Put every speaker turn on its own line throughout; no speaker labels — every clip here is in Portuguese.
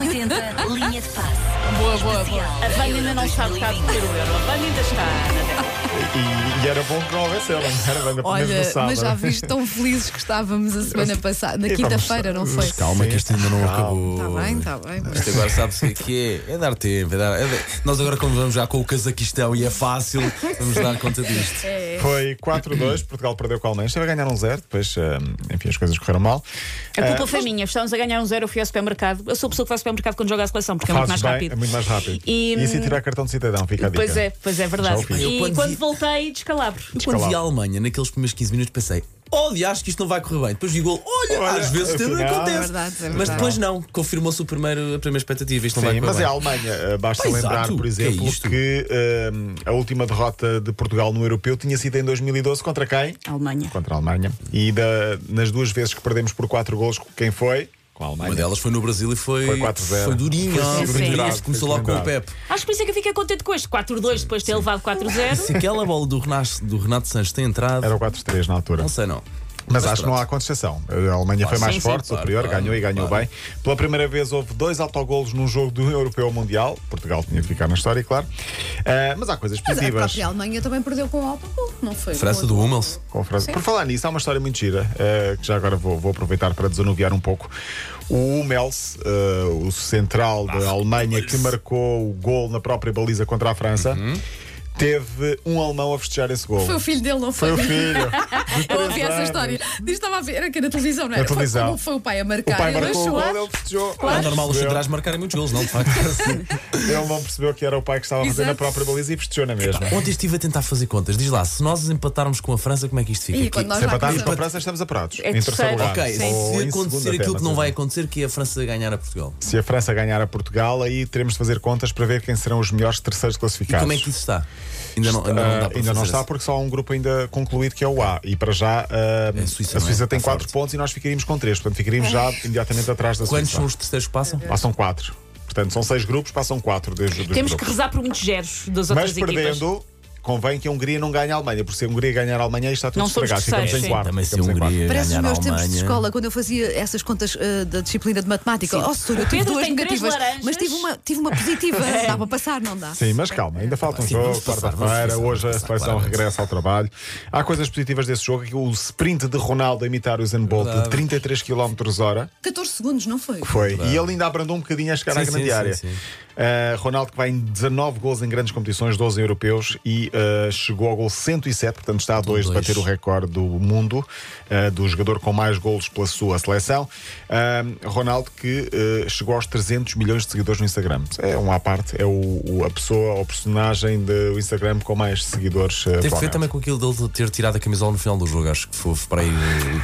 1,70 linha de passe.
Boa, boa, boa.
A Vânia ainda não sabe estar de ter o euro. A Vânia ainda está na dela.
E, e era bom que não houvesse ela, não era bem
Olha, mas já viste tão felizes que estávamos a semana passada, na
E vamos-
quinta-feira, não foi?
Sim.
Está
Ah, Calma, que isto ainda não acabou.
bem, está bem. mas-
Isto agora sabe-se o que é. É dar tempo. é dar- é dar- Nós agora, como vamos já com o Cazaquistão e é fácil, vamos dar conta disto.
Foi 4-2, Portugal perdeu com a Alemanha. Estava a ganhar um zero, depois, eh, enfim, as coisas correram mal.
A culpa foi minha. Estávamos a ganhar um zero, eu fui ao supermercado. Eu sou a pessoa que vai ao supermercado quando joga a seleção, porque é muito mais
Fazes bem,
rápido.
É muito mais rápido.
E, hum,
E, se tirar cartão de cidadão, fica a dica.
Pois é, pois é
Já
verdade.
o fiz.
E
Eu
quando,
quando vi-
voltei, descalabro.
Quando vi a Alemanha, naqueles primeiros 15 minutos, pensei. Olha, acho que isto não vai correr bem. Depois digo, olha,
Olha,
às vezes também
afinal-
acontece.
É verdade, é
Mas
verdade.
depois não, confirmou-se o primeiro- a primeira expectativa. Isto não
Sim,
vai correr
mas é a
bem.
Alemanha. Eh, Basta
Exato,
lembrar, por
que é
exemplo,
isto?
que ehm, a última derrota de Portugal no Europeu tinha sido em 2012 contra quem?
Alemanha.
Contra a Alemanha. E da- nas duas vezes que perdemos por 4 golos, quem foi? Com a Alemanha.
Uma delas foi no Brasil e foi,
é Foi 4-0.
foi durinho.
Foi
Foi
sim.
durinho.
Sim.
Começou logo com o
Sim.
Pepe.
Acho que por isso é que eu fiquei contente com este 4-2 depois de ter levado 4-0.
Se aquela bola do Renato, do Renato Sanches tem entrado,
Era o 4-3 na altura.
não sei não.
Mas acho que não há contestação. A Alemanha foi mais
sim,
forte,
sim, claro,
superior,
claro,
ganhou e ganhou
claro.
bem. Pela primeira vez houve dois autogolos num jogo do Europeu ao Mundial. Portugal tinha de ficar na história, claro. Ah, mas há coisas
Mas é a
positivas.
própria Alemanha também perdeu com o autogol, não foi?
França do Hummels.
Com a França. Por falar nisso, há uma história muito gira, eh, que já agora vou, vou aproveitar para desanuviar um pouco. O Hummels, eh, o central da
Ah,
Alemanha, que marcou o gol na própria baliza contra a França,
Uhum.
teve um alemão a festejar esse gol.
Foi o filho dele, não foi?
Foi o filho.
Eu ouvi essa história. Diz que estava a ver, era que na televisão, não era?
Na É televisão.
Foi, como foi o pai a
O
marcar
pai
e ele
marcou o
achou.
gol, ele festejou.
É normal os centrais marcarem muitos gols, não, de facto.
Ele não percebeu que era o pai que estava a fazer
Exato.
na própria baliza e festejou na mesma.
Ontem estive a tentar fazer contas. Diz lá, se nós empatarmos com a França, como é que isto fica?
E
Aqui.
quando nós
Se
lá
empatarmos com a
começamos-
França, estamos apurados.
É
em terceiro
terceiro.
lugar.
Ok,
Ou
se
em assim. segundo
acontecer
até,
aquilo que não
sei.
vai acontecer, que é a França ganhar a Portugal.
Se a França ganhar a Portugal, aí teremos de fazer contas para ver quem serão os melhores terceiros
E
classificados.
como é que isso está? Ainda não, ainda não dá
Ah,
para
ainda não
fazer assim?
está
essa-
porque só há um grupo ainda concluído que é o A. E para já ah,
É a Suíça,
a
não é?
Suíça tem
Está
4
forte.
pontos e nós ficaríamos com 3. Portanto, ficaríamos já imediatamente atrás da
Quantos são
Suíça.
os terceiros que passam?
Passam 4. Portanto, são 6 grupos, passam 4 desde dos
Temos que
grupos.
rezar por muitos zeros das
Mas
outras equipas.
perdendo, convém que a Hungria não ganhe a Alemanha, porque se a Hungria ganhar a Alemanha, aí está tudo
Não somos
estragado. Ficamos
terceiros,
em
sim.
quarto.
Também se a
ficamos em quarto.
Hungria
Parece os
ganhar a
meus tempos de
Alemanha.
escola, quando eu fazia essas contas eh, da disciplina de matemática. Oh, senhor, eu tive
Pedro
duas
tem três
negativas,
laranjas.
mas tive uma, tive uma positiva. Dá para passar, não dá?
Sim, mas calma, ainda falta um
Sim,
jogo,
vamos passar, vamos
quarta-feira, hoje
passar,
a
vamos passar,
seleção
claramente.
regressa ao trabalho. Há coisas positivas desse jogo, que o sprint de Ronaldo a imitar o Usain Bolt de
Verdade.
33 km hora
14 segundos, não foi?
foi, e ele ainda abrandou um bocadinho a chegar
Sim,
à grande
sim,
área.
sim, sim.
Uh, Ronaldo que vai em 19 gols em grandes competições, 12 europeus e uh, chegou ao gol 107, portanto está a dois de
dois.
bater o recorde do mundo uh, do jogador com mais golos pela sua seleção. Uh, Ronaldo que uh, chegou aos 300 milhões de seguidores no Instagram. É um à parte, é o, o- a pessoa, o personagem do Instagram com mais seguidores. Uh,
Teve que ver
atualmente.
também com aquilo dele ter tirado a camisola no final do jogo, acho que foi para aí.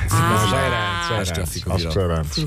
Ah,
Mas já era antes, já
Acho que
era
já
antes,
ficou
acho que já era antes.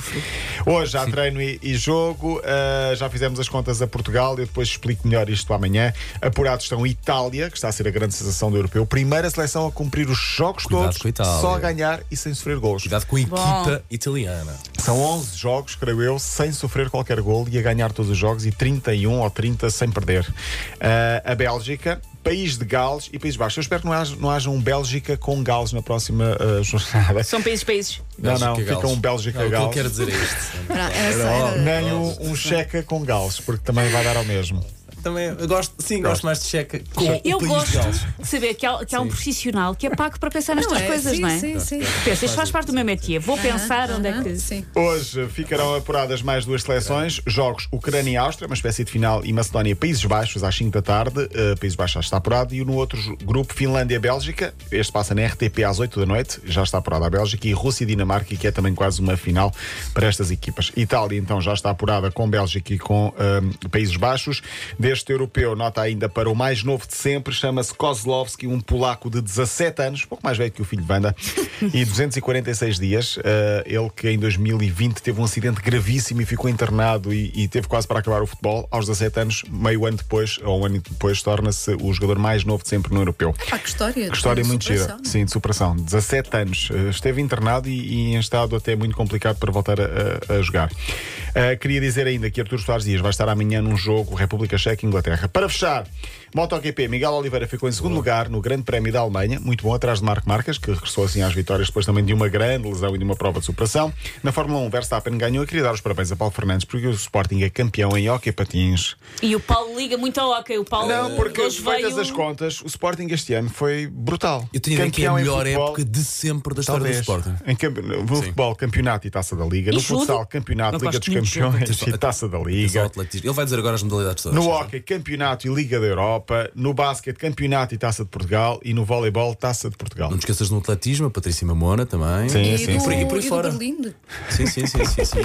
Hoje há treino e, e jogo, uh, já fizemos as contas a Portugal, eu depois explico melhor isto amanhã. Apurados estão Itália, que está a ser a grande sensação do europeu, primeira seleção a cumprir os jogos
Cuidado
todos,
com a Itália.
só a ganhar e sem sofrer gols.
Cuidado com a equipa italiana.
São 11 jogos, creio eu, sem sofrer qualquer gol e a ganhar todos os jogos e 31 ou 30 sem perder. Ah, a Bélgica, País de Gales e País Baixo. Eu espero que não haja, não haja um Bélgica com Gales na próxima ah, jornada.
São países, países.
Não, não,
Bélgica-Gales.
fica um Bélgica
Não, O que eu
Gales.
quero dizer é isto.
Era- era- era-
Nem um, um checa com Gales, porque também vai dar ao mesmo.
Também, eu gosto, sim, gosto mais de checa com
Eu
o país de
gosto
Gales.
de saber que há, que há um profissional que é pago para pensar nestas coisas,
sim,
não é?
Tá.
Sim, sim.
Pensa, isto faz parte do meu métier. Vou pensar onde é que.
Sim.
Hoje ficarão apuradas mais duas seleções: jogos Ucrânia e Áustria, uma espécie de final, e Macedónia Países Baixos às 5 da tarde. Eh, Países Baixos já está apurado. E no outro jo- grupo, Finlândia e Bélgica. Este passa na RTP às 8 da noite, já está apurada a Bélgica. E Rússia e Dinamarca, que é também quase uma final para estas equipas. Itália, então, já está apurada com Bélgica e com eh, Países Baixos. Deste europeu, nota ainda para o mais novo de sempre, chama-se Kozlovski, um polaco de 17 anos, pouco mais velho que o filho de Wanda, e 246 dias. eh, ele que em 2020 teve um acidente gravíssimo e ficou internado e, e teve quase para acabar o futebol. Aos 17 anos, meio ano depois, ou um ano depois, torna-se o jogador mais novo de sempre no europeu.
Pá, que história.
Que história
de
muito gira.
superação, não é?
Sim, de superação. 17 anos. Eh, Esteve internado e, e em estado até muito complicado para voltar a, a- a jogar. Eh, queria dizer ainda que Artur Soares Dias vai estar amanhã num jogo República Checa Inglaterra. Para fechar, MotoGP, Miguel Oliveira ficou em segundo lugar no Grande Prémio da Alemanha, muito bom, atrás de Marco Marques, que regressou assim às vitórias depois também de uma grande lesão e de uma prova de superação. Na Fórmula 1, Verstappen ganhou e queria dar os parabéns a Paulo Fernandes, porque o Sporting é campeão em hockey patins.
E o Paulo liga muito ao hockey. O Paulo
Não, porque
hoje
feitas
veio... um-
as contas, o Sporting este ano foi brutal.
Eu tinha ideia que é a
Campeão em
melhor
futebol,
época de sempre da história
Talvez.
do Sporting.
Em campe- no futebol, campeonato e taça da Liga.
E
no
judo?
futsal, campeonato,
Não
Liga
gosto
dos
muito de judo.
Campeões e taça da
Só o
Liga.
atletismo. Ele vai dizer agora as modalidades todas.
No
já.
hóquei, campeonato e Liga da Europa. No basquete, campeonato e taça de Portugal. E no voleibol, taça de Portugal.
Não te esqueças no atletismo, a Patrícia Mamona também.
Sim,
E
sim,
do,
sim.
E por aí
e do
fora.
Berlim?
Sim, sim, sim, sim, sim.